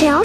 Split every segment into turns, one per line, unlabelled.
聊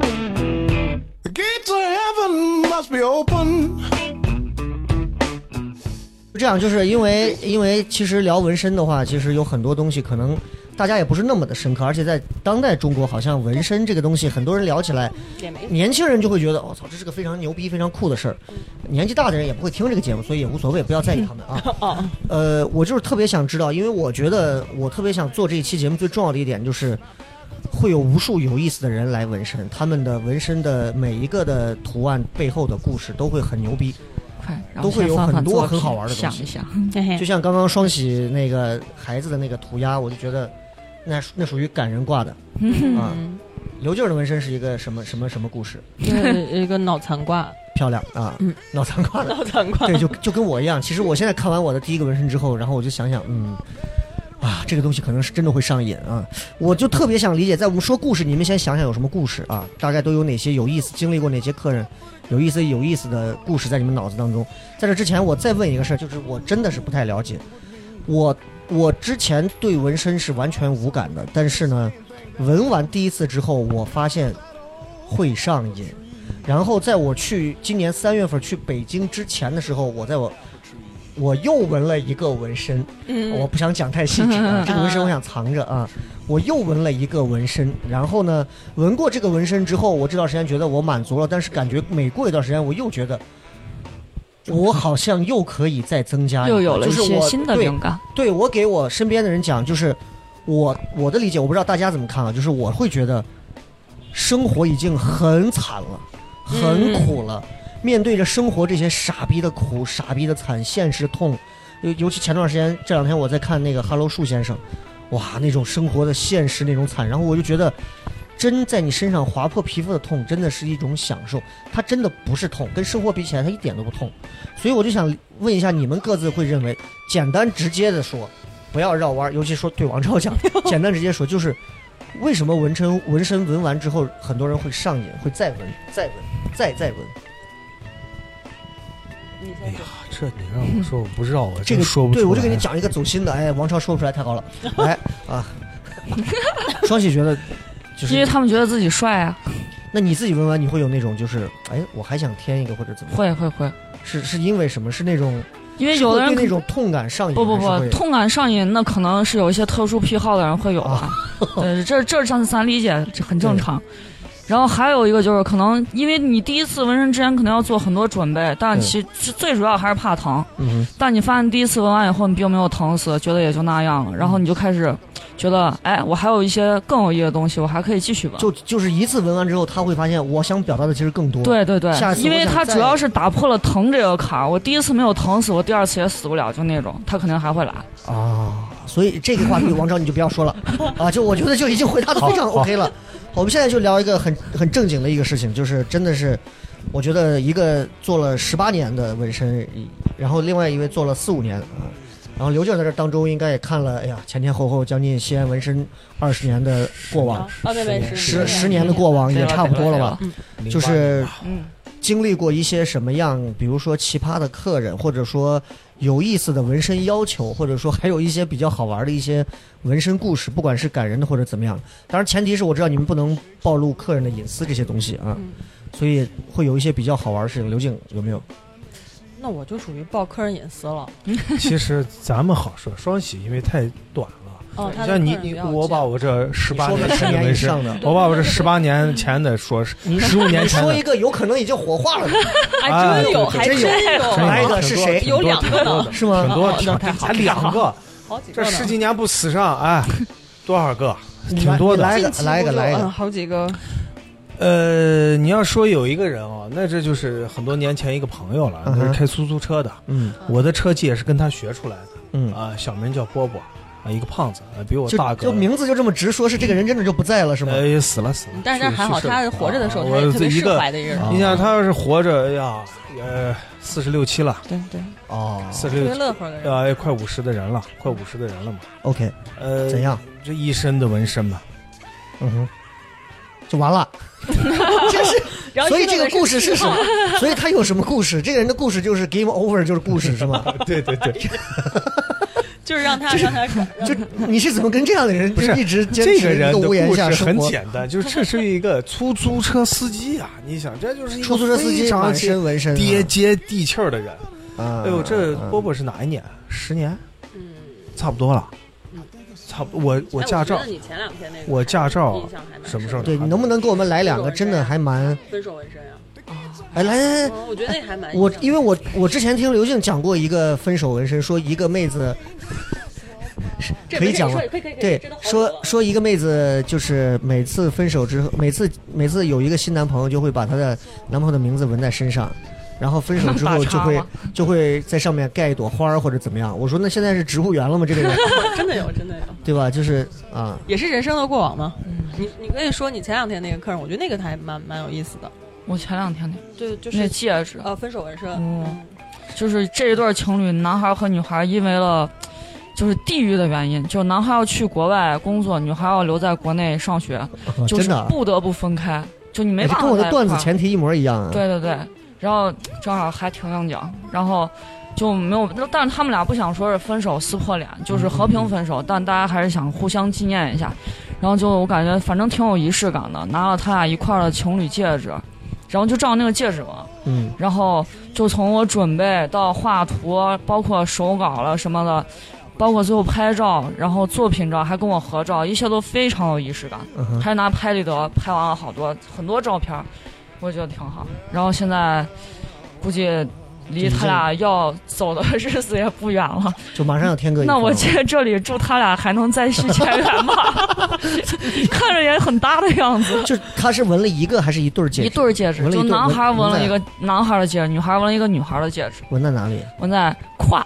The gates of heaven must be open.
就这样，就是因为因为其实聊纹身的话，其实有很多东西可能大家也不是那么的深刻，而且在当代中国，好像纹身这个东西，很多人聊起来，年轻人就会觉得，我、哦操，这是个非常牛逼、非常酷的事儿。年纪大的人也不会听这个节目，所以也无所谓，不要在意他们啊。呃，我就是特别想知道，因为我觉得我特别想做这一期节目最重要的一点就是。会有无数有意思的人来纹身，他们的纹身的每一个的图案背后的故事都会很牛逼。
快，然
都
后
会
先
有
翻
很
翻
多
作
很
品
好玩的东
想
西
一 想，
就像刚刚双喜那个孩子的那个涂鸦，我就觉得那属那属于感人挂的
嗯
啊。刘静儿的纹身是一个什么什么什么故事？
一个 一个脑 残挂，
漂亮啊，脑残挂的，
脑残 挂
对，就就跟我一样。其实我现在看完我的第一个纹身之后，然后我就想想，嗯。啊，这个东西可能是真的会上瘾啊！我就特别想理解，在我们说故事，你们先想想有什么故事啊？大概都有哪些有意思，经历过哪些客人，有意思有意思的故事在你们脑子当中。在这之前，我再问一个事儿，就是我真的是不太了解，我我之前对纹身是完全无感的，但是呢，纹完第一次之后，我发现会上瘾。然后在我去今年三月份去北京之前的时候，我在我我又纹了一个纹身，
嗯
我不想讲太细致 啊，这个纹身我想藏着啊。我又纹了一个纹身，然后呢，纹过这个纹身之后，我这段时间觉得我满足了，但是感觉每过一段时间，我又觉得。我好像又可以再增加一个，
又有了一
就是
些
我
新的
对
灵感。
对我给我身边的人讲，就是我我的理解，我不知道大家怎么看啊，就是我会觉得生活已经很惨了，很苦了，面对着生活这些傻逼的苦、傻逼的惨、现实痛，尤尤其前段时间这两天我在看那个《哈喽树先生》，哇，那种生活的现实那种惨，然后我就觉得。针在你身上划破皮肤的痛，真的是一种享受。它真的不是痛，跟生活比起来，它一点都不痛。所以我就想问一下，你们各自会认为，简单直接的说，不要绕弯儿，尤其说对王超讲， 简单直接说，就是为什么纹身纹身纹完之后，很多人会上瘾，会再纹、再纹、再再纹。
哎呀，这你让我说，我不知道，我
这
真
个
说不出
对
来。
我就给你讲一个走心的，哎，王超说不出来太 好了，来啊，双喜觉得就是
因为他们觉得自己帅啊，
那你自己纹完，你会有那种就是，哎，我还想添一个或者怎么样？
会会会，
是是因为什么？是那种
因为有的
是
人
会对那
可
种痛感上瘾，
不不
还
不
是会，
痛感上瘾，那可能是有一些特殊癖好的人会有
啊
吧。对，这这咱咱理解，这很正常。然后还有一个就是，可能因为你第一次纹身之前，可能要做很多准备，但
嗯
其实最主要还是怕疼。
嗯
但你发现第一次纹完以后，你并没有疼死，觉得也就那样了，然后你就开始觉得，哎，我还有一些更有意义的东西，我还可以继续纹
哼，。就就是一次纹完之后，他会发现我想表达的其实更多。
对对对
下，次我
因为
想
它
再
主要是打破了疼这个坎儿。我第一次没有疼死，我第二次也死不了，就那种，他肯定还会来。
啊，所以这个话题王超你就不要说 了啊，就我觉得就已经回答的非常
好好
OK 了。我们现在就聊一个很很正经的一个事情，就是真的是，我觉得一个做了十八年的纹身，然后另外一位做了四五年啊，然后刘静在这当中应该也看了，哎呀，前前后后将近西安纹身二十年的过往，
啊，没没
哦十十年的过往也差不多了吧？
明白
就是
嗯，
经历过一些什么样，比如说奇葩的客人，或者说有意思的纹身要求，或者说还有一些比较好玩的一些纹身故事，不管是感人的或者怎么样。当然，前提是我知道你们不能暴露客人的隐私这些东西啊，所以会有一些比较好玩的事情。刘静有没有？
那我就属于报客人隐私了。
其实咱们好说，双喜因为太短 了。
哦，他的
像你
客人比
你
较
我把
贱
我这十
你
八
说
年
个十
前的
年以
纹身，
上的，
我把我这十八年前的说，十五年前
说
的
一个有可能已经火化 了的，
还真有，
啊对对
还
真有
真
真
来一
有
个是谁
挺多
有两个 呢
是
挺
吗？
多，
哦
挺
那
多
太
挺
好嗯
才两个，
好几个
这
呢。
十几年不死上，哎，多少个？挺多
你
的。
来一个，来一个，来一
嗯
个。
好几个。
呃，你要说有一个人啊，那这就是很多年前一个朋友了，
嗯哼
那是开出租车的。
嗯
我的车技也是跟他学出来的
嗯
啊啊，小名叫波波。啊，一个胖子，呃比我大
就
个，
就名字就这么直说，是这个人真的就不在了是吗？
呃死了死了。
嗯但是但
去
还好，
去世了
他活着的时候，
啊
他也
我
特别
一
释
个
怀的一个人，
啊
你想他要是活着，哎呀，呃，四十六七了，
对对，
哦
四
特
十
别
六，
乐呵的人。
呃，快五十的人了，快五十的人了嘛。
，OK，
呃，
怎？样？
这一身的纹 身嘛，
嗯哼，就完了。这是，
然后
所以
现在
这个
纹身
故事是什么？所以他有什么故事？这个人的故事就是 game over，就是故事是吗？
对对对，
就是让他让他
就你是怎么跟这样的人
不是
就一直坚持
这个人
一
的
屋檐
故事
下生
很
活？
简单，就是这是一个出租车司机啊，你想，这就是一个
出租车司
非
机
常
满身纹身啊，
接接地气儿的人。
啊！
哎呦，这
啊
波波是哪一年？十年，
嗯
差不多了，差不
哎
我我驾照，
你前两天那
我驾照
印象还蛮
什么时候？
对你能不能给我们来两个真的还蛮
分手纹身啊？
哎来来来，
嗯，我觉得那还蛮
我因为我我之前听刘静讲过一个分手纹身，说一个妹子可以讲吗？
可以可以
对，说说一个妹子就是每次分手之后，每次每次有一个新男朋友就会把她的男朋友的名字纹在身上，然后分手之后
打
就
叉
会
吗
就会在上面盖一朵花儿或者怎么样。我说那现在是植物园了吗？这个 人
真的有真的有，
对吧？就是啊，
也是人生的过往嘛。
嗯
你你可以说你前两天那个客人，我觉得那个还蛮蛮有意思的。
我前两天
嗯
那
对，就
那
是
戒指，
呃分手纹身，
嗯，就是这一对情侣，男孩和女孩因为了就是地域的原因，就男孩要去国外工作，女孩要留在国内上学，
啊
就
真
是
的啊，
不得不分开，就你没
哎这
办法
跟我的
在一
段子
块儿
前提一模一样啊。
对对对，然后正好还挺想讲，然后就没有，但是他们俩不想说是分手撕破脸，就是和平分手，但大家还是想互相纪念一下。然后就我感觉反正挺有仪式感的，拿了他俩一块儿的情侣戒指，然后就照那个戒指纹，
嗯，
然后就从我准备到画图，包括手稿了什么的。包括最后拍照，然后作品照，还跟我合照，一切都非常有仪式感。
嗯哼
还拿拍立得拍完了好多很多照片儿，我觉得挺好。然后现在估计离他俩要走的日子也不远了，
就马上要天各一
那
方
我
了
这这里祝他俩还能再续前缘吧， 看着也很搭的样子。
就他是纹了一个还是一对儿戒指？
一对儿戒
纹
指，
了一
就
对儿
男孩
纹
纹了
在
一个男孩的戒指，女孩纹了一个女孩的戒指，
纹在哪里？
纹在胯。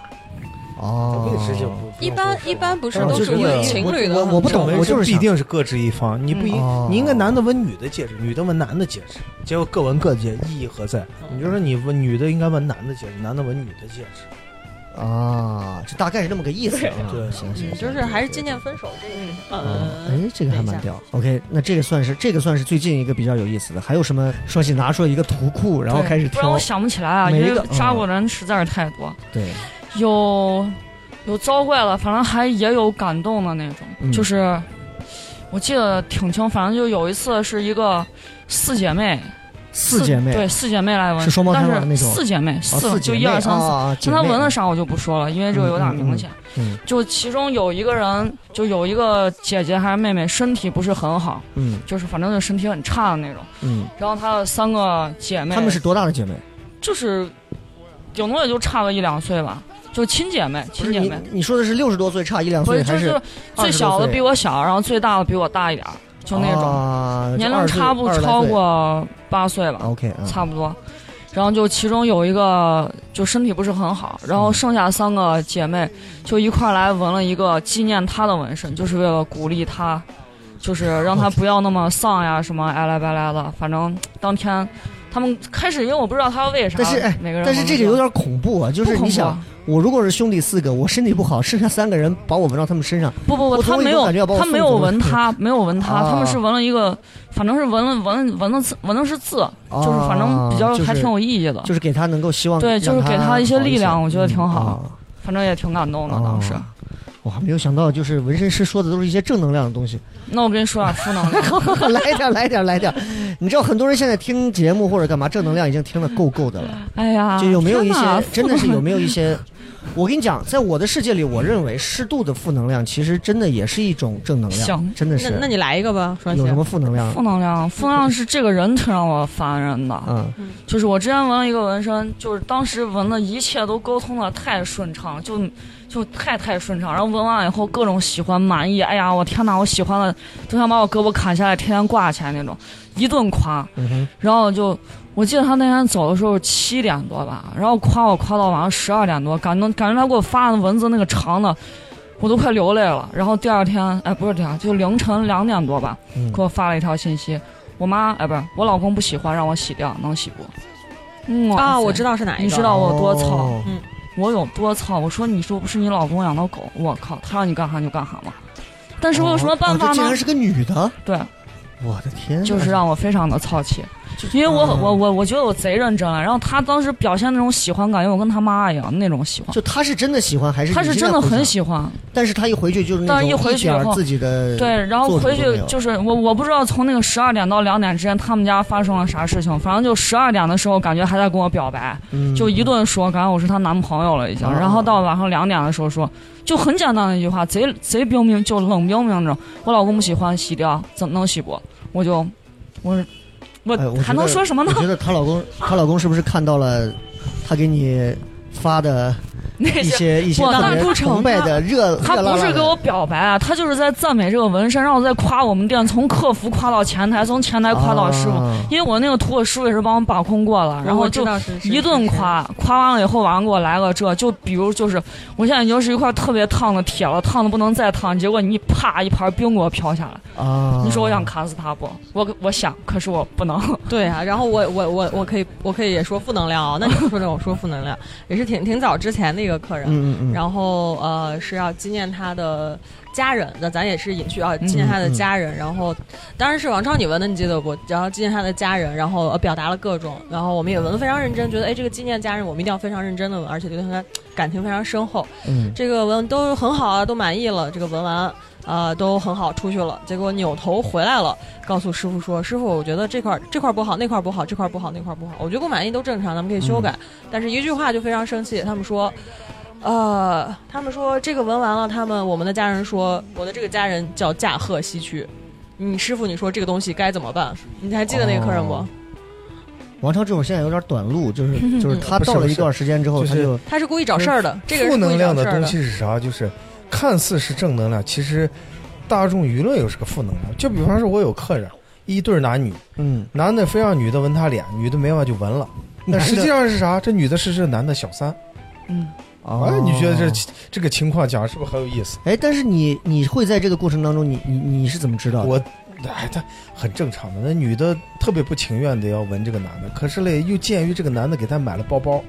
哦，
一般一般不是
但我嗯
都
就
属于
觉得
情侣的
我
话，
我不懂，
纹
我就是
必
想
定是各执一方，你不应
嗯
你应该男的纹女的戒指，女的纹男的戒指，结果各纹各的戒，意义何在？
嗯
你就说你纹女的应该纹男的戒指，男的纹女的戒指，
啊，就大概是这么个意思啊。
对
行行，
嗯
行
就是还是纪念分手这个
啊，
呃
哎，这个还蛮屌。OK，那这个算是这个算是最近一个比较有意思的。还有什么说起拿出一个图库，然后
对
开始
不然
挑
我？想不起来啊，
每
因
一
为
个
扎
嗯
过的人实在是太多。
对，
有有糟怪了，反正还也有感动的那种，
嗯
就是我记得挺清，反正就有一次是一个四姐妹，
四姐妹
对四姐妹来纹，
是双胞胎
但
吗
是
那种
四姐妹
哦四
就
姐妹
一二三四。
啊，姐
像她
妹
纹了啥我就不说了，因为这个有点
嗯嗯
明显。
嗯
就其中有一个人，就有一个姐姐还是妹妹，身体不是很好，
嗯
就是反正就身体很差的那种。
嗯，
然后她的三个姐妹，
她们是多大的姐妹？
就是顶多也就差个一两岁吧，就亲姐妹，
不
亲
是
姐
你
妹。
你说的是六十多岁差一两
不
岁
是，就
还
是最小的比我小，然后最大的比我大一点儿，就那种、
哦种
年龄差不超过八岁吧，
OK 啊，
差不多。然后就其中有一个就身体不是很好，
嗯
然后剩下三个姐妹就一块儿来纹了一个纪念她的纹身，就是为了鼓励她，就是让她不要那么丧呀什么哎来吧来的。反正当天他们开始，因为我不知道她为啥，
但是哎
每个人
但是
纹
这个
样
有点恐怖啊，就
不
是
恐
你
怖
想
啊，，
我如果是兄弟四个，我身体不好，剩下三个人把我纹到他们身上，
不不
我
不，
总有
他
一
没
种感觉要
有
把我
他
送
没有
走了
纹他，没有纹他，
啊
他们是纹了一个，反正是纹了纹纹了字，纹的是字，就是反正比较
啊就是
还挺有意义的，
就是给他能够希望，
对就是给
他
他一些
好
力
些
量我觉得挺好。
嗯啊
反正也挺感动的当时。
啊我还没有想到，就是纹身师说的都是一些正能量的东西。
那我跟你说点啊负能量，
来一点，来一点，来一点。你知道很多人现在听节目或者干嘛，正能量已经听得够够的了。
哎呀，
就有没有一
天哪
些，真的是有没有一些？我跟你讲，在我的世界里，我认为适度的负能量其实真的也是一种正能量，
行
真的
那
是。
那你来一个吧，双
有
喜
什。么负能量
负？能量？负能量是这个人挺让我烦人的，
啊，
就是我之前纹了一个纹身，就是当时纹的一切都沟通的太顺畅，就就太太顺畅。然后纹完以后各种喜欢满意，哎呀，我天哪，我喜欢了，都想把我胳膊砍下来，天天挂起来那种，一顿夸。
嗯哼，
然后就我记得他那天走的时候七点多吧，然后夸我夸到晚上十二点多，感动感觉他给我发的文字那个长的，我都快流泪了。然后第二天，哎，不是第二，就凌晨两点多吧，
嗯
给我发了一条信息，我妈，哎，不是，我老公不喜欢，让我洗掉，能洗不？嗯
啊，我知
道，
道是哪一个，
你知道我多嗯操，
哦
我有多操。我说，你说不是你老公养的狗，我靠，他让你干啥你就干啥嘛。但是我有什么办
哦
法
这竟
呢
然？是个女的，
对，
我的天哪！
就是让我非常的操气，因为我
哦
我我我觉得我贼认真了。然后他当时表现那种喜欢感，因为我跟他妈一样那种喜欢，
就他是真的喜欢还是
他是真的很
欢，
喜欢。
但是他一回去就是那
但
种
是一回去以
点儿
后
自己的
对，然后
做主
回
都没
去
有
就是我我不知道从那个十二点到两点之间他们家发生了啥事情，反正就十二点的时候感觉还在跟我表白，
嗯
就一顿说，感觉我是她男朋友了已经。
哦
然后到晚上两点的时候说，就很简单的一句话，贼贼冰冰，就冷冰冰着。我老公不喜欢洗掉，怎么能洗不？我就我说我
哎我
还能
觉得
说什么呢
我？觉得她老公，她老公是不是看到了她给你发的
那
一
些。
些一些
我
特
当
别
然
不
崇
成
拜
他
的热
他
热辣
不
辣
是
的
给我表白啊，他就是在赞美这个纹身，然后在夸我们店，从客服夸到前台，从前台夸到师傅。
啊
因为我那个图，我师傅也是帮我把控过了，然后
我知
就
道是
一顿，夸，夸完了以后，晚上给我来个这，就比如就是，我现在已经是一块特别烫的铁了，烫的不能再烫，结果你啪一盘冰给我飘下来，
啊！
你说我想砍死他不？我我想，可是我不能。
是是对啊。然后我我我我可以我可以也说负能量啊，那你不说这我说负能量，也是挺挺早之前的一个客人，
嗯嗯嗯，
然后呃是要纪念他的家人，那咱也是隐去啊，纪念他的家人。然后当然是王超你问的，你记得不？然后纪念他的家人，然后呃表达了各种，然后我们也纹得非常认真，觉得哎这个纪念家人我们一定要非常认真的纹，而且对他感情非常深厚。
嗯
这个纹都很好啊，都满意了，这个纹完。呃，都很好，出去了。结果扭头回来了，告诉师傅说：“师傅，我觉得这块儿这块儿不好，那块儿不好，这块儿不好，那块儿不好。我觉得不满意都正常，咱们可以修改。
嗯
但是一句话就非常生气，他们说，呃，他们说这个纹完了，他们我们的家人说，我的这个家人叫驾鹤西去。你师傅，你说这个东西该怎么办？你还记得那个客人不？
哦王超这种现在有点短路， 就是就是他
不是
到了
不
一
是
段时间之后，
就
他
是
就
他是故意找事儿的，这个人
负
是故
能
意
量的
找事儿
东
的。
西是啥？就是看似是正能量，其实大众舆论又是个负能量。就比方说，我有客人，一对儿男女，
嗯，
男的非让女的闻他脸，女的没完就闻了。但实际上是啥？这女的是这男的小三。
嗯，
哦
哎，你觉得这这个情况讲是不是很有意思？
哎，但是你你会在这个过程当中，你你你是怎么知道的？
我，哎，他很正常的。那女的特别不情愿的要闻这个男的，可是嘞，又鉴于这个男的给她买了包包，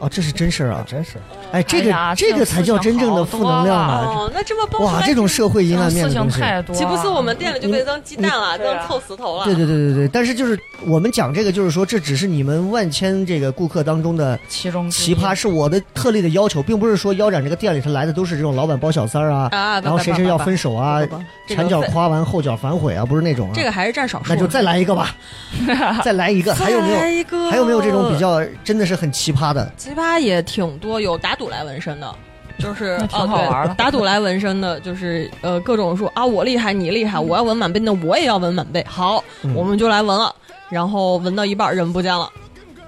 哦，这是真事儿啊！
真是
哎，这
哎
个、
呀
这个才叫真正的负能量啊！
哦，那这么爆出
哇，
来
这种社会 阴暗面的
事情
东西，
太多了，
岂不是我们店里就被当鸡蛋了，
你对
当
啊
臭石头了？
对对对对对，但是就是我们讲这个，就是说这只是你们万千这个顾客当中的
其中之
奇
一
葩，是我的特例的要求，并不是说腰斩这个店里头来的都是这种老板包小三儿啊，
啊，
然后谁谁要分手啊，
不不不不
前脚
这个
夸完后脚反悔啊，不是那种啊。
非这个还是占少数。
那就再来一个吧，再来一个，还有没有？
有
还有没有这种比较真的是很奇葩的？
奇葩也挺多，有打赌来纹身的。就是
那挺好
哦
玩
对
的
打赌来纹身的，就是呃各种说啊我厉害你厉害，
嗯
我要纹满背，那我也要纹满背。好，
嗯
我们就来纹了，然后纹到一半人不见了，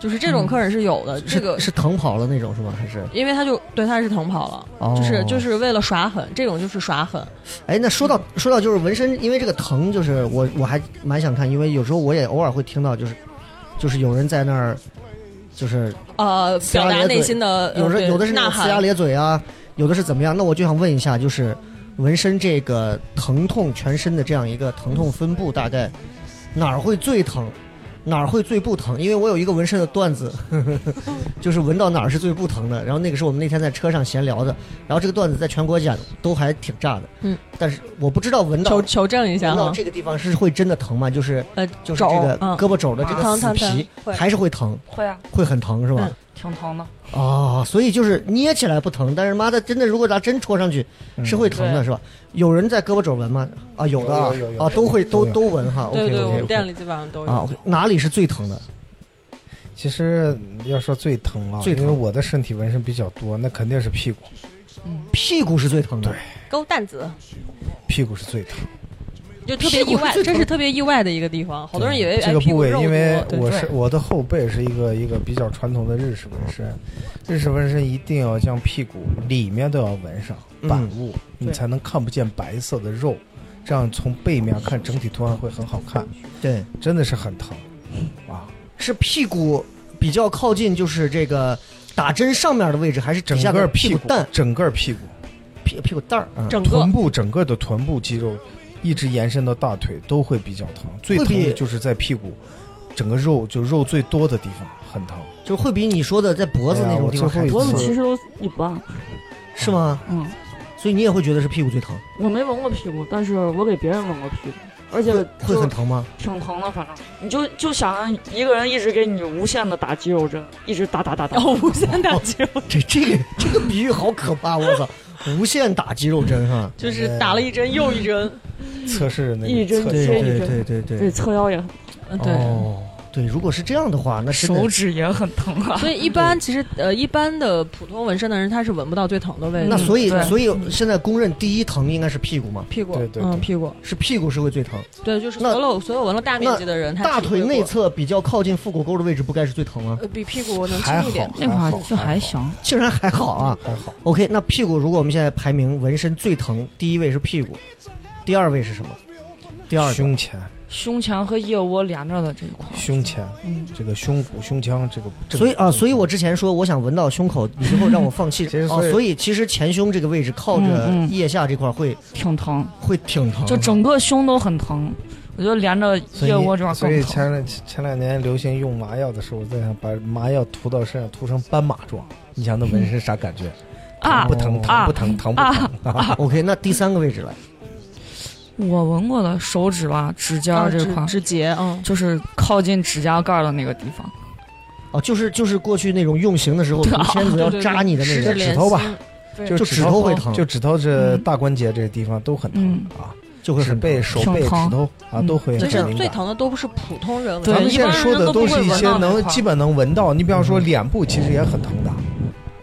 就是这种
嗯
客人是有的。这个
是是疼跑了那种是吗？还是
因为他就对他是疼跑了，
哦
就是就是为了耍狠，这种就是耍狠。
哎，那说到
嗯
说到就是纹身，因为这个疼，就是我我还蛮想看，因为有时候我也偶尔会听到，就是就是有人在那儿，就是
呃，
呲
表
牙
达
咧嘴
内心的呃
有的
对
有的是那
呐
种呲牙
喊，
咧嘴啊，有的是怎么样？那我就想问一下，就是纹身这个疼痛全身的这样一个疼痛分布，大概哪儿会最疼，哪儿会最不疼？因为我有一个纹身的段子， 就是纹到哪儿是最不疼的。然后那个是我们那天在车上闲聊的，然后这个段子在全国讲都还挺炸的。
嗯，
但是我不知道纹到
求求证一下
纹到
哈。
这个地方是会真的疼吗？就是
呃，
就是这个
肘嗯
胳膊肘的这个
疼
死
疼疼
皮
会
还是会疼，
会啊，
会很疼是吧？
嗯
挺疼的。
哦，所以就是捏起来不疼，但是妈的，真的如果拿针戳上去
嗯
是会疼的，
对
是吧？有人在胳膊肘纹吗？啊，有的啊
有有有，有
啊，都会都
有有
都纹哈。
对
OK
对，我
OK
们
OK。
店里基本上都有。
啊，哪里是最疼的？
其实要说最疼啊，
最疼
因为我的身体纹身比较多，那肯定是屁股，
屁股是最疼的。
勾蛋子，
屁股是最疼。
就特别意外，这是特别意外的一个地方。好多人以为
这
哎
个
屁
部
股
位，
肉
因为
多对
我
对
是我的后背是一个一个比较传统的日式纹身，日式纹身一定要将屁股里面都要纹上
嗯
板物，你
对
才能看不见白色的肉，这样从背面看整体图案会很好看，
对，
真的是很疼啊！
是屁股比较靠近，就是这个打针上面的位置，还是底
整
下的
个屁
股蛋？
整个屁股，
屁屁股蛋儿，嗯
整个
臀部整个的臀部肌肉一直延伸到大腿都会比较疼，最
会
疼
比
的就是在屁股，整个肉就肉最多的地方很疼。
就会比你说的在脖子那种地方
哎
还
呀
疼
我最
脖子
后一次
其实都一般，
是吗？
嗯，
所以你也会觉得是屁股最疼，
我没纹过屁股，但是我给别人纹过屁股，而且
会
就
很疼吗？
挺疼的，反正你就就想一个人一直给你无限的打肌肉针，一直打打哦打打
然，后无限打肌肉，
这这个这个比喻好可怕，我操！无限打肌肉针哈，
就是打了一针又一针。
测试那
一
个
针
测
对
试
对
接一
对
针，
对对
对，侧腰也很，
嗯，对。
哦，对，如果是这样的话，那真的
手指也很疼啊。
所以一般其实呃，一般的普通纹身的人他是闻不到最疼的位置。
那所以
对
所以现在公认第一疼应该是屁股嘛，
屁股，
对对
嗯，
对
屁股，
是屁股是会最疼，
对，就是
那
所有所有纹了大面积的人，他
大
只
腿
会
内
过
侧比较靠近腹股沟的位置不该是最疼吗？
呃比屁股能
还
轻
好
一点。
那会儿
好
就还行，
竟然还好啊
还好，
，OK，那屁股如果我们现在排名纹身最疼，第一位是屁股，第二位是什么？第二个
胸前
胸前和腋窝连着的这一块儿，
胸前
嗯
这个胸骨胸腔这个，这个
所以啊，所以我之前说我想闻到胸口，你最后让我放弃
其实
啊
所，以
所以其实前胸这个位置靠着
嗯嗯
腋下这块会
挺疼，
嗯
会挺疼的，
就整个胸都很疼。我觉得连着
所以
腋窝这块儿
所以
更疼。
前两前两年流行用麻药的时候，我在想把麻药涂到身上，涂成斑马状，你想那纹身啥感觉？
啊
疼不疼？疼
啊
不疼？疼不啊疼？
OK，那第三个位置来，
我闻过的手指吧，指尖儿
啊
这块儿，
指指节，嗯，
就是靠近指甲盖儿的那个地方。
哦，就是就是过去那种用刑的时候，
对
竹
啊
签子要扎你的那
十
个
指
指
连
头吧
心，
对
就
就指头会疼
就指头这
嗯
大关节这个地方都很疼啊，
就会
指
很
背、
背。
手背、指
挺疼
头啊
嗯
都会
就
很
是
敏
最
感。
疼的都不是普通人
对
咱
纹
们
一
身，
现在
般
说
人
的
都不
是
会
一
闻
些
到那
能
块儿
基本能闻到，你比方说脸部其实也很疼的，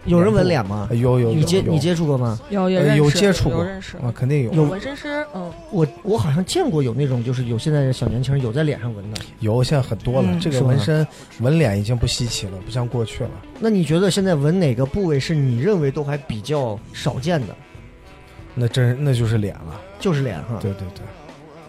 有人纹脸吗
哎？有有有
你接
有
你接触过吗？
有
呃
认
有
识
接触
有
过
认识
啊，肯定有
有
纹身师，嗯，
我我好像见过有那种，就是有现在的小年轻人有在脸上纹的。
有，现在很多了。
嗯
这
是
个
吧
纹身纹脸已经不稀奇了，不像过去了。
那你觉得现在纹哪个部位是你认为都还比较少见的？
那真那就是脸了，
就是脸哈。
对对对。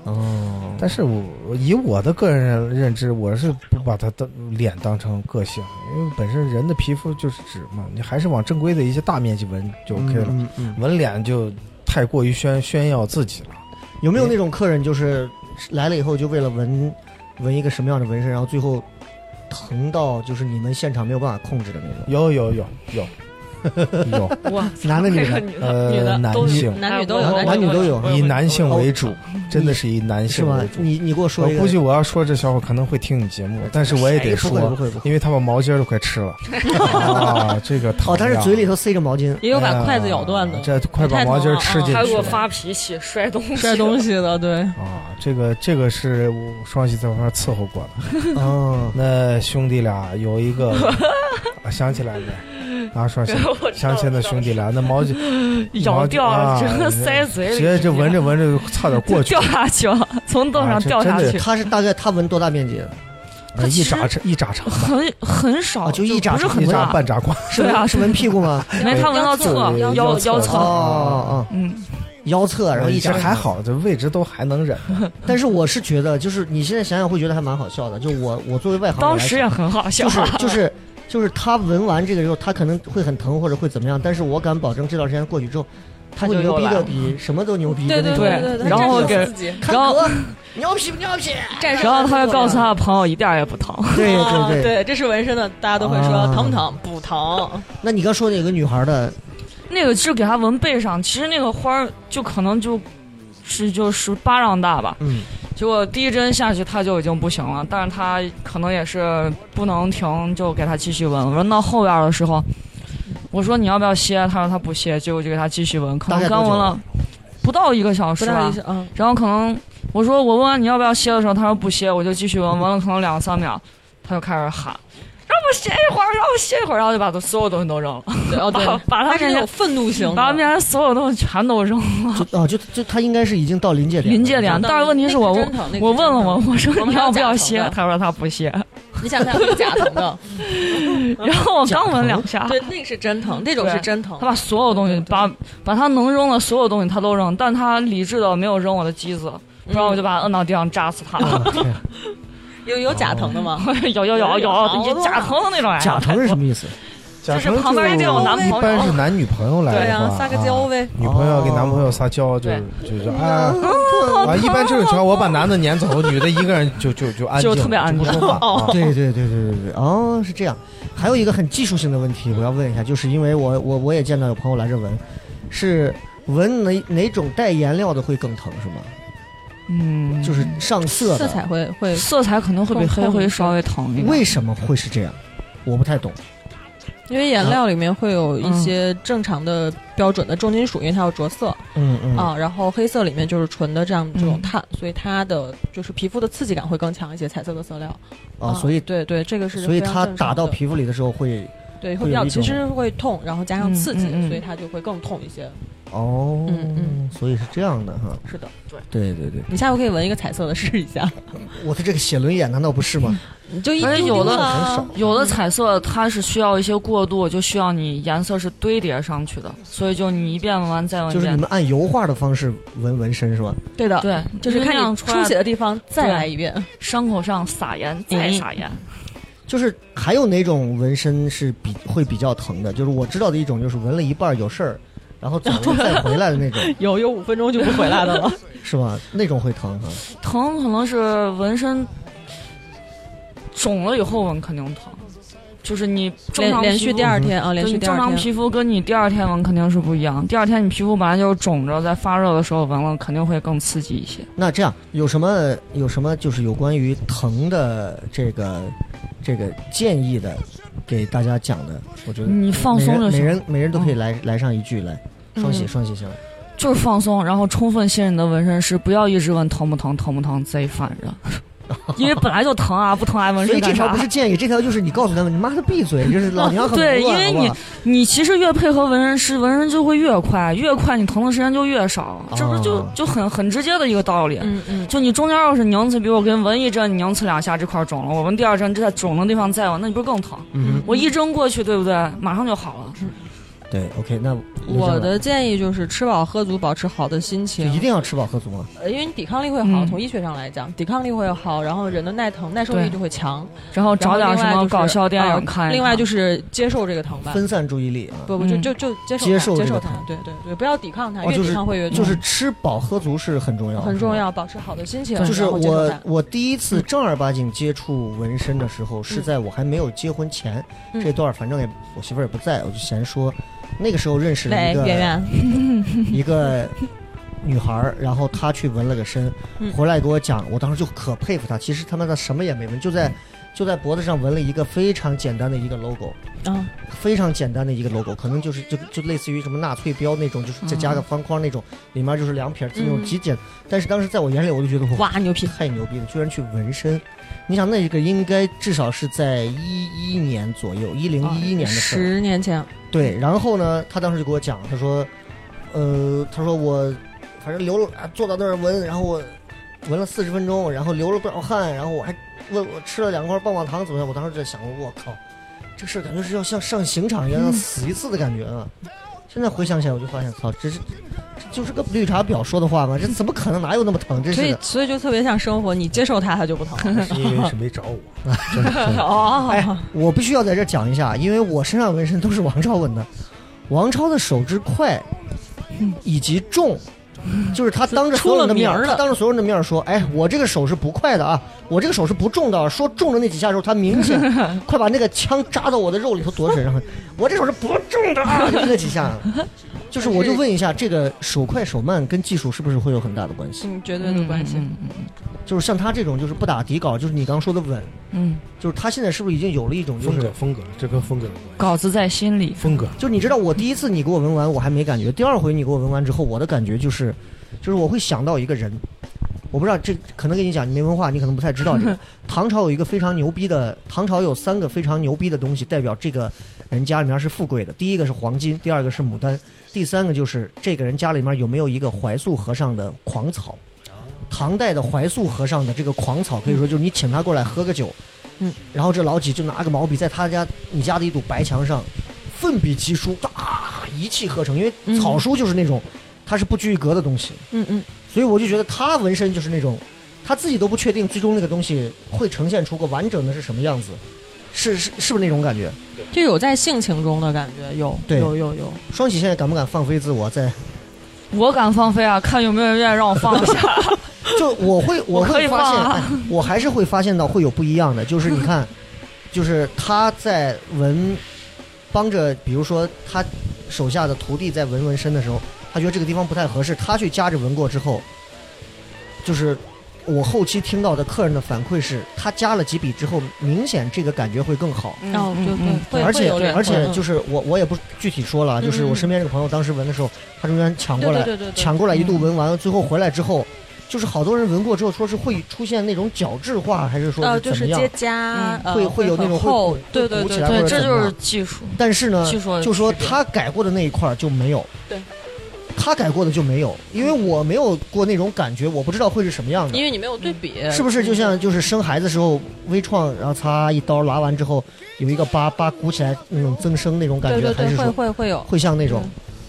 哦，
但是我以我的个人认知，我是不把它当脸当成个性，因为本身人的皮肤就是脂嘛，你还是往正规的一些大面积纹就 OK 了。
嗯嗯嗯
纹脸就太过于宣炫耀自己了。
有没有那种客人就是来了以后就为了纹纹一个什么样的纹身，然后最后疼到就是你们现场没有办法控制的那种？
有有有 有有，
哇，
男的女
这
的？
个女的，女
呃，
的
男
都有
性
男女都有，
哎我
男女都有
我
以男性为主，真的
你
是以 男
是
性
吗
为？主。
你你给我说一
我
个，
呃估计我要说这小伙可能会听你节目，但是我也得
不会不
说，
会 不会。
因为他把毛巾都快吃了啊，这个疼
哦，他是
呀
嘴里头塞着毛巾，
也有把筷子咬断的
哎，呀这快把毛巾吃进去
啊还
了。
给我发脾气，摔东西，
摔东西的，对，
啊，这个这个是我双喜在旁边伺候过的。
哦，
那兄弟俩有一 个，啊、想起来没？啊，双喜，
我知道
想起那兄弟俩，那毛巾
咬掉了，
毛巾
整个塞嘴里，
直接这闻着闻着差点过去
掉
了，
下去了，从凳上
啊这
掉下
真
去，
他是大概他纹多大面积？
他
哎一
其实
扎长一扎 长，
很很少，
啊就一扎
不是
一
很
扎
大，
半 扎光。
是
对啊
纹是纹屁股吗？
没他闻到侧
腰
腰
侧
哦
侧，
哦哦，
嗯，
腰侧，然后一
这
扎
哎还。好，这位置都还能忍。
但是我是觉得，就是你现在想想会觉得还蛮好笑的。就我我作为外行人
当
来
时啊
说，
也很好笑
就，是就是就是他闻完这个之后，他可能会很疼或者会怎么样，但是我敢保证这段时间过去之后，他会
就
牛
又
逼
来
的
了
比什么都牛逼的
对
那
对
种。
对
对，
然后给
看
然后
哥牛皮不牛皮？
战胜
然后他就告诉他的朋友一点儿也不疼，
对
啊
对对。
对，这是纹身的，大家都会说
啊
疼不疼？不疼，
那你刚说那个女孩的，
那个是给他纹背上，其实那个花儿就可能就。是就是巴掌大吧，
嗯，
结果第一针下去他就已经不行了，但是他可能也是不能停，就给他继续纹。纹到后边儿的时候，我说你要不要歇？他说他不歇，结果就给他继续纹，可
大概
能
多
刚
久啊
纹了不到一个小
不
时
大
吧
意，思啊。
然后可能我说我问完你要不要歇的时候，他说不歇，我就继续闻，闻了可能两三秒，他就开始喊让我歇一会儿，让我歇一会儿，然后就把所有东西都扔了，
对哦，对
把，把他
他是
面
有
前
愤怒型的，
把他 面前所有东西全都扔了。
就啊就就她应该是已经到临界点了，
临界点
那个
但是问题是我
那个真疼那个
我
真
问了
疼
我，我说
我们
你
还
要不
假
要
疼
歇
的？
他说他不歇。
你想想，那个假疼的，
然后我刚闻两下，
对，那个是真疼，那种
对
是真疼
他。把所有东西把把他能扔的所有东西他都扔，但他理智的没有扔我的机子，不然我就把他摁到地上扎死他。
啊天啊
有有假疼的吗？
摇摇摇摇，
好多
假疼的那种呀。
假疼是什么意思？
假
是
成
旁边
就
人跟我男朋友
一般是男女朋友来的
对呀
话
撒个娇
啊
呗
女朋
哦
友给男朋友撒娇，就
对
就是
嗯
啊啊！一般这种情况，我把男的撵走，女的一个人就就就安静，
就特别安静哦
就不说话。啊
对对对对对对，哦，是这样。还有一个很技术性的问题，我要问一下，就是因为我我我也见到有朋友来这纹，是纹哪哪种带颜料的会更疼是吗？
嗯，
就是上色的，
色彩会会
色彩可能会比
更
黑
痛
会
一
稍微疼一点。
为什么会是这样？我不太懂。
因为颜料里面会有一些正常的标准的重金属，因为它要着色
嗯嗯
啊。然后黑色里面就是纯的这样这种
嗯
碳，所以它的就是皮肤的刺激感会更强一些。彩色的色料
啊，所以
对对，这个哦是
所以
非常
它
正常
打到
的
皮肤里的时候会
对会
会
比
有
较
一
其实
种
会痛，然后加
嗯
上刺激，
嗯嗯
所以它就会更痛一些。
哦，
嗯嗯
所以是这样的哈。
是的，
对
对
对对，
你下回可以纹一个彩色的试一 下，
我的这个写轮眼难道不是 吗？
你就一
而且
丢
有
丢
的
啊
有的彩色它是需要一些过渡，就需要你颜色是堆叠上去的，所以就你一遍纹完再纹
就
一
是你
遍
们。按油画的方式纹纹身是吧？
对的，
对，
就是看
样
你
出来
出血的地方再来一遍。
伤口上撒盐，再撒盐。
嗯
就是还有哪种纹身是比会比较疼的？就是我知道的一种，就是纹了一半儿有事儿，然后走了再回来的 那种，
有有五分钟就不回来的了。
是吧？那种会疼哈。
疼可能是纹身肿了以后纹肯定疼，就是你 正
连
常
连
皮
续
肤
第二天啊，连
就
续
你
第
正
二
常
天，
皮肤跟你第二天纹肯定是不一样。第二天你皮肤本来就是肿着，在发热的时候纹了肯定会更刺激一些。
那这样有什么有什么就是有关于疼的这个这个建议的，给大家讲的，我觉得
你放松
每
就
人每
行，
人每人都可以来、来上一句来，双喜
嗯
双喜行。
就是放松，然后充分信任你的纹身师，不要一直问疼不疼，疼不疼，贼烦人。 因为本来就疼啊， 不疼还纹
所
身
以这
干
条
啥
不？是建议，这条就是你告诉他们，你妈的闭嘴，就是老娘很
对
无奈
因为
好不好
你其实越配合纹身师，纹身就会越快，越快你疼的时间就越少，这不是就
哦
就很很直接的一个道理。
嗯嗯，
就你中间要是拧刺，比如我给你纹一针，你拧刺两下，这块儿肿了，我纹第二针，这在肿的地方再纹，那你不是更疼？
嗯
我一针过去，对不对？马上就好了。
哼，对，OK，那刘
我
江来
的建议就是吃饱喝足，保持好的心
就
情。
一定要吃饱喝足嘛。
呃，因为你抵抗力会好，
嗯
从医学上来讲，抵抗力会好，然后人的耐疼、耐受
对
力就会强。
然后找点什
然后另外就
么
是
搞笑电
啊
影看一看。
另外就是接受这个疼吧，
分散注意力啊。
不不就
嗯
就就接受
接
接
受
接
这个
受
疼
它，对对对，不要抵抗它，
哦
越
就是
抵抗会越痛
就是吃饱喝足是很重要，
很重
是吧。
要，保持好的心情，
就是
然后接受它
我，我第一
嗯
次正儿八经接触纹身的时候，是在我还没有结婚前。
嗯
这段儿反正也我媳妇儿也不在，我就闲说。那个时候认识了
喂
一，
圆
个
圆，
一个女孩儿，然后她去纹了个身，
嗯
回来给我讲，我当时就可佩服她。其实他妈的什么也没纹，就在就在脖子上纹了一个非常简单的一个 logo。
啊，
非常简单的一个 logo，可能就是就就类似于什么纳粹标那种，就是再加个方框那种，里面就是两撇字那种
嗯
极简。但是当时在我眼里，我就觉得哇，
哇，牛皮，
太牛逼了，居然去纹身。你想那个应该至少是在一一年左右，一零一一年的事儿。
十年前，
对，然后呢，他当时就给我讲，他说，呃，他说我反正流了，啊坐到那儿纹，然后我纹了四十分钟，然后流了不少汗，然后我还问我吃了两块棒棒糖怎么样？我当时就在想，我靠，这个事儿感觉是要像上刑场一样，要死一次的感觉啊！现在回想起来，我就发现，操，这是这就是个绿茶婊说的话吗？这怎么可能？哪有那么疼？真
所
是
以
的。
所以就特别像生活，你接受它，它就不疼了。
是因为是没 找我，真的真的
哎
哦，
我必须要在这儿讲一下，因为我身上纹身都是王超纹的。王超的手之快以及重，就是他当着所有人的面
嗯出
儿，
了名儿了
他当着所有人的面儿说：“哎，我这个手是不快的啊，我这个手是不重的啊。”说重的那几下的时候，他明 显快把那个枪扎到我的肉里头多神上。我这手是不重的 啊，就那几下。就是我就问一下，这个手快手慢跟技术是不是会有很大的关系？
嗯，绝对
嗯
的关系。
嗯嗯
就是像他这种，就是不打底稿，就是你刚说的稳，
嗯，
就是他现在是不是已经有了一种就
风
是
格风格，这跟风格有关系。
稿子在心里。
风格，
就你知道，我第一次你给我纹完，我还没感觉；第二回你给我纹完之后，我的感觉就是，就是我会想到一个人。我不知道这可能跟你讲，你没文化，你可能不太知道这个。唐朝有一个非常牛逼的，唐朝有三个非常牛逼的东西代表这个人家里面是富贵的。第一个是黄金，第二个是牡丹，第三个就是这个人家里面有没有一个怀素和尚的狂草。唐代的怀素和尚的这个狂草，可以说就是你请他过来喝个酒，
嗯，
然后这老几就拿个毛笔在他家你家的一堵白墙上奋笔疾书，啊，一气呵成。因为草书就是那种，它是不拘一格的东西，
嗯嗯，
所以我就觉得他纹身就是那种，他自己都不确定最终那个东西会呈现出个完整的是什么样子，是是是不是那种感觉？
嗯就有在性情中的感觉，有
对
有有有，
双喜现在敢不敢放飞自我在？
我敢放飞啊，看有没有人愿意让我放一下。
就我 会，我
可
会
以
发现，
放啊
哎我还是会发现到会有不一样的，就是你看，就是他在纹，帮着，比如说他手下的徒弟在纹纹身的时候，他觉得这个地方不太合适，他去夹着纹过之后，就是我后期听到的客人的反馈是，他加了几笔之后，明显这个感觉会更好。
然后就
嗯
会
而
会
且
有点
而且
嗯
就是我我也不具体说了啊，就是我
嗯嗯
身边这个朋友当时纹的时候，他中间抢过
对
来
对，对对对，
抢过来一度闻完，最后回来之后，就是好多人闻过之后说是会出现那种角质化，还是说
呃
是
就
怎么
是
样
结？痂
嗯，
呃
会会有那
很
种会
厚
鼓，
对对
鼓起
对
来
对
对，
或者
这
怎
就
么
是
样
技术。
但是呢
技，术
就说
区别
他改过的那一块儿就没有，
对，
他改过的就没有，因为我没有过那种感觉，我不知道会是什么样的
因。为你没嗯有对比，
是不是就像就是生孩子时候微创，然后擦一刀拉完之后有一个疤疤鼓起来那种增生那种感
对
觉，还
对对，
是
会嗯
说
会会有。
会像那种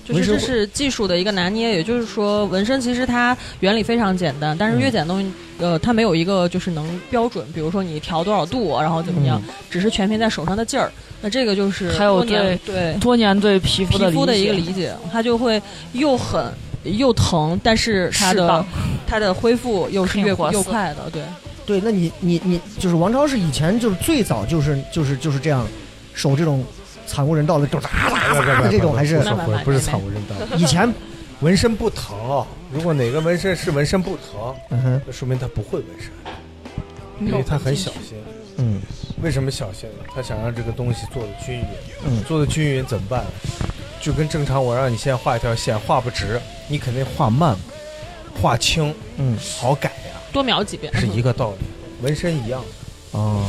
就是
纹身
这
会
是技术的一个拿捏，也就是说，纹身其实它原理非常简单，但
嗯
是越简单东西，呃，它没有一个就是能标准，比如说你调多少度，啊然后怎么样，
嗯
只是全凭在手上的劲儿。那这个就是
还有
多年对
多年对皮肤
皮
的
肤的一个
解
理解，它就会又狠又疼，但是它
适
的
当
它的恢复又是
很有
越
活
又
色
快的，对。
对，那你你你就是王超是以前就是最早就是就是就是这样，手这种惨无人道的啊这种哒哒哒的这种还是
那
不是不是惨无人道，
以前，
纹身不疼。如果哪个纹身是纹身不疼，
嗯哼，
那说明他不会纹身，因为他很小心。
嗯
为什么小心呢？他想让这个东西做的均匀，
嗯
做的均匀怎么办？就跟正常我让你先画一条线，画不直，你肯定画慢，画轻
嗯
好改呀、
多描几遍
是一个道理。纹身一样，
哦，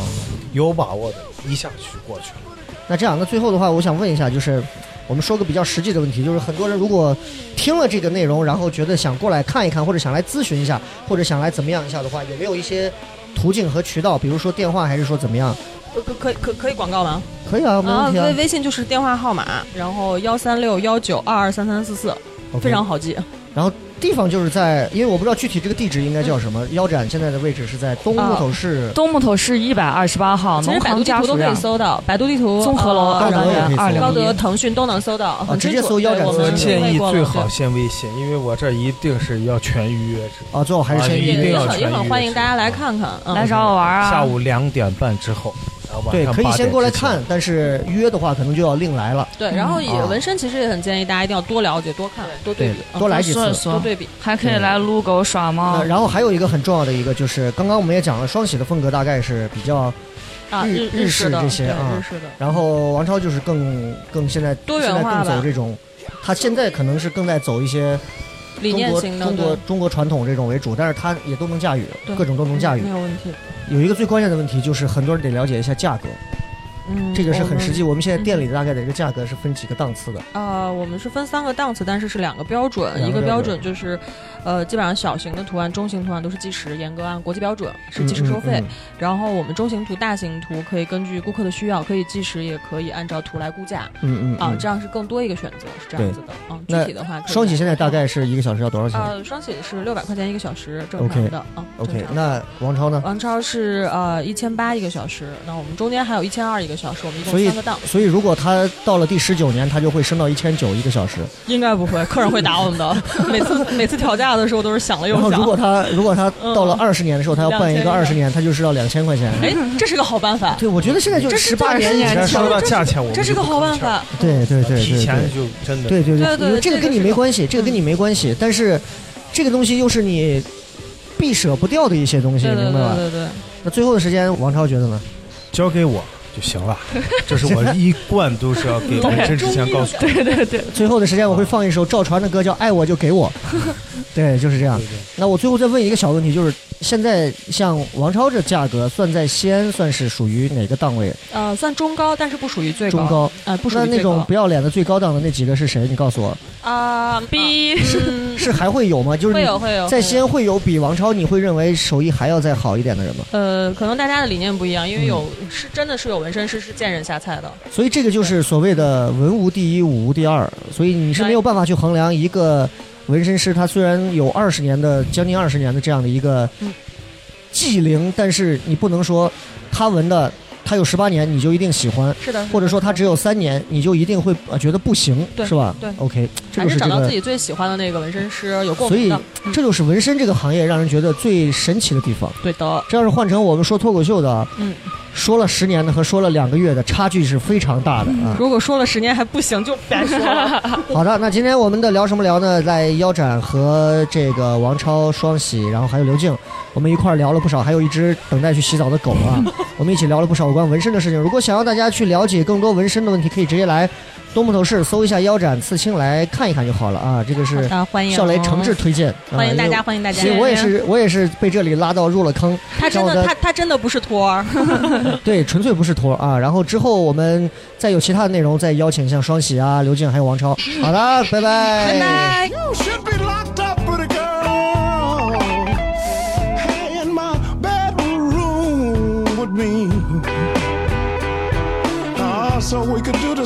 有把握的一下去过去了。
那这样，那最后的话，我想问一下，就是我们说个比较实际的问题，就是很多人如果听了这个内容，然后觉得想过来看一看，或者想来咨询一下，或者想来怎么样一下的话，有没有一些途径和渠道，比如说电话，还是说怎么样？
呃可可可可以广告了啊
可以啊，没
啊，
问题
微微信就是电话号码，然后幺三六幺九二二三三四四，
OK
非常好记。
地方就是在，因为我不知道具体这个地址应该叫什么。
嗯
腰斩现在的位置是在东
啊
木头市，
东木头是一百二十八号，
其
农
实百度
行
地
家
图都
属
可
院
以搜到，百度地图、
综合楼
呃
高
二
德也可以
零
搜哦
二零
高德、
一。
腾讯都能搜到，很
直
清
接
楚
搜腰
对
斩
我
我
们
们
建议
过
最
了
好
对
先微信，因为我这一定是要全预约制，
啊，最好还是
啊
先
一
预
定
也
要
约。
很也
传
很
阅
欢迎大家
啊
来看看。嗯
来找我玩啊！
下午两点半之后，然后晚
对，
上
可以
8
先
点
过来
之前
看，但是约的话可能就要另来了。
对，然后也
啊
纹身其实也很建议大家一定要多了解、多看、多对
对
比，，
多来几
说一
次。
嗯多
说，
对比。
还可以来撸狗耍猫
哦
呃，。
啊
然后还有一个很重要的一个就是，刚刚我们也讲了，双喜的风格大概是比较，
啊，
日
日
日式
式的
这些
对
啊
日式的，
然后王超就是更更现在
多元
现在
化
更
吧
走这种，他现在可能是更在走一些
理
中
念
国
型的，
中国中国传统这种为主，但是他也都能驾驭，
对嗯
各种都能
对
驾驭
没。有问题。
有一个最关键的问题就是，很多人得了解一下价格，
嗯，
这个是
我
很
们
实际。我们现在
嗯
店里的大概的一个价格是分几个档次的，
呃，我们是分三个档次，但是是两个标准，
两个
一个
标
标
准
准就是，呃，基本上小型的图案、中型图案都是计时，严格按国际标准是计时
嗯
收费。
嗯嗯
然后我们中型图、大型图可以根据顾客的需要，可以计时，也可以按照图来估价、
嗯嗯
啊，
嗯
这样是更多一个选择，是这样子的。嗯，具
那
体的话可以
双喜
来
现在大概是一个小时要多少钱
呃，双喜是六百块钱一个小时，正常的啊。正
？OK，
常的
那王超呢？
王超是呃一千八一个小时，那我们中间还有一千二一个小时，我们一共
所以
三个档。
所以如果他到了第十九年，他就会升到一千九一个小时。
应该不 会，客人会打我们的。每次每次调价的时候都是想了又
然后
哎想。嗯
如果他如果他到了二十年的时候，他要办一个二十
2000
年，他就是要两千块钱。
哎，这是个好办法，
对，我觉得现在就
这
十
是
八年以
既
前
然
上
说到价钱，我们
这是
就
个
不
好办
吭气儿
法。
对对对
提
对
前
对
就真的
对对
对对
因为这个
这个
跟你
是嗯
没
个
关系，这个跟你没关系，但是这个东西又是你避舍不掉的一些东西，
对对
明白
对
吧？
对对，
那最后的时间，王超觉得呢？
交给我就行了。这是我一贯都是要 给纹身之前告诉你。
对对对，
最后的时间我会放一首赵传的歌，叫《爱我就给 我》。对，就是这样
对。对
那我最后再问一个小问题，就是现在像王超这价格，算在西安算是属于哪个档位？
呃，算中高，但是不属于最
中
高，
高。
哎，不属
那
于
那
最
种
高
不要脸的最高档的那几个是谁？你告诉我，
啊。
逼
嗯，
是还会有吗？就是
会
你
有会有
在
会
西
有
安会有比王超你会认为手艺还要再好一点的人吗？
呃，可能大家的理念不一样，因为有
嗯
是真的是有纹身师是见人下菜的，
所以这个就是所谓的文无第一，武无第二，所以你是没有办法去衡量一个纹身师，他虽然有二十年的将近二十年的这样的一个
嗯
技龄，但是你不能说他纹的。他有十八年，你就一定喜欢。
是的，
或者说他只有三年，你就一定会呃觉得不行，
对
是吧？
对
，OK，这
还
就是是
找
这
到自
个，
己最喜欢的那个纹身师，有共
所
鸣
以
的，嗯
这就是纹身这个行业让人觉得最神奇的地方。
对的，
这要是换成我们说脱口秀的，啊
嗯，
说了十年的和说了两个月的差距是非常大的啊。
如果说了十年还不行，就别说了。
好的，那今天我们的聊什么聊呢？在腰斩和这个王超、双喜，然后还有刘静，我们一块儿聊了不少，还有一只等待去洗澡的狗 啊，我们一起聊了不少有关纹身的事情。如果想要大家去了解更多纹身的问题，可以直接来东木头市搜一下腰斩刺青来看一看就好了啊。这个是
啊，欢迎
笑雷诚挚推荐，啊
欢迎大家，。欢迎大
因为
家。嗯
其实我也是，我也是被这里拉到入了 坑，
他真
找的
的，他他真的不是托儿，
对，纯粹不是托儿啊。然后之后我们再有其他的内容，再邀请像双喜啊、刘静还有王超。好的，拜拜，拜拜。
You should be locked up, pretty girl. Hey, in my bedroom with me. Ah, so we could do the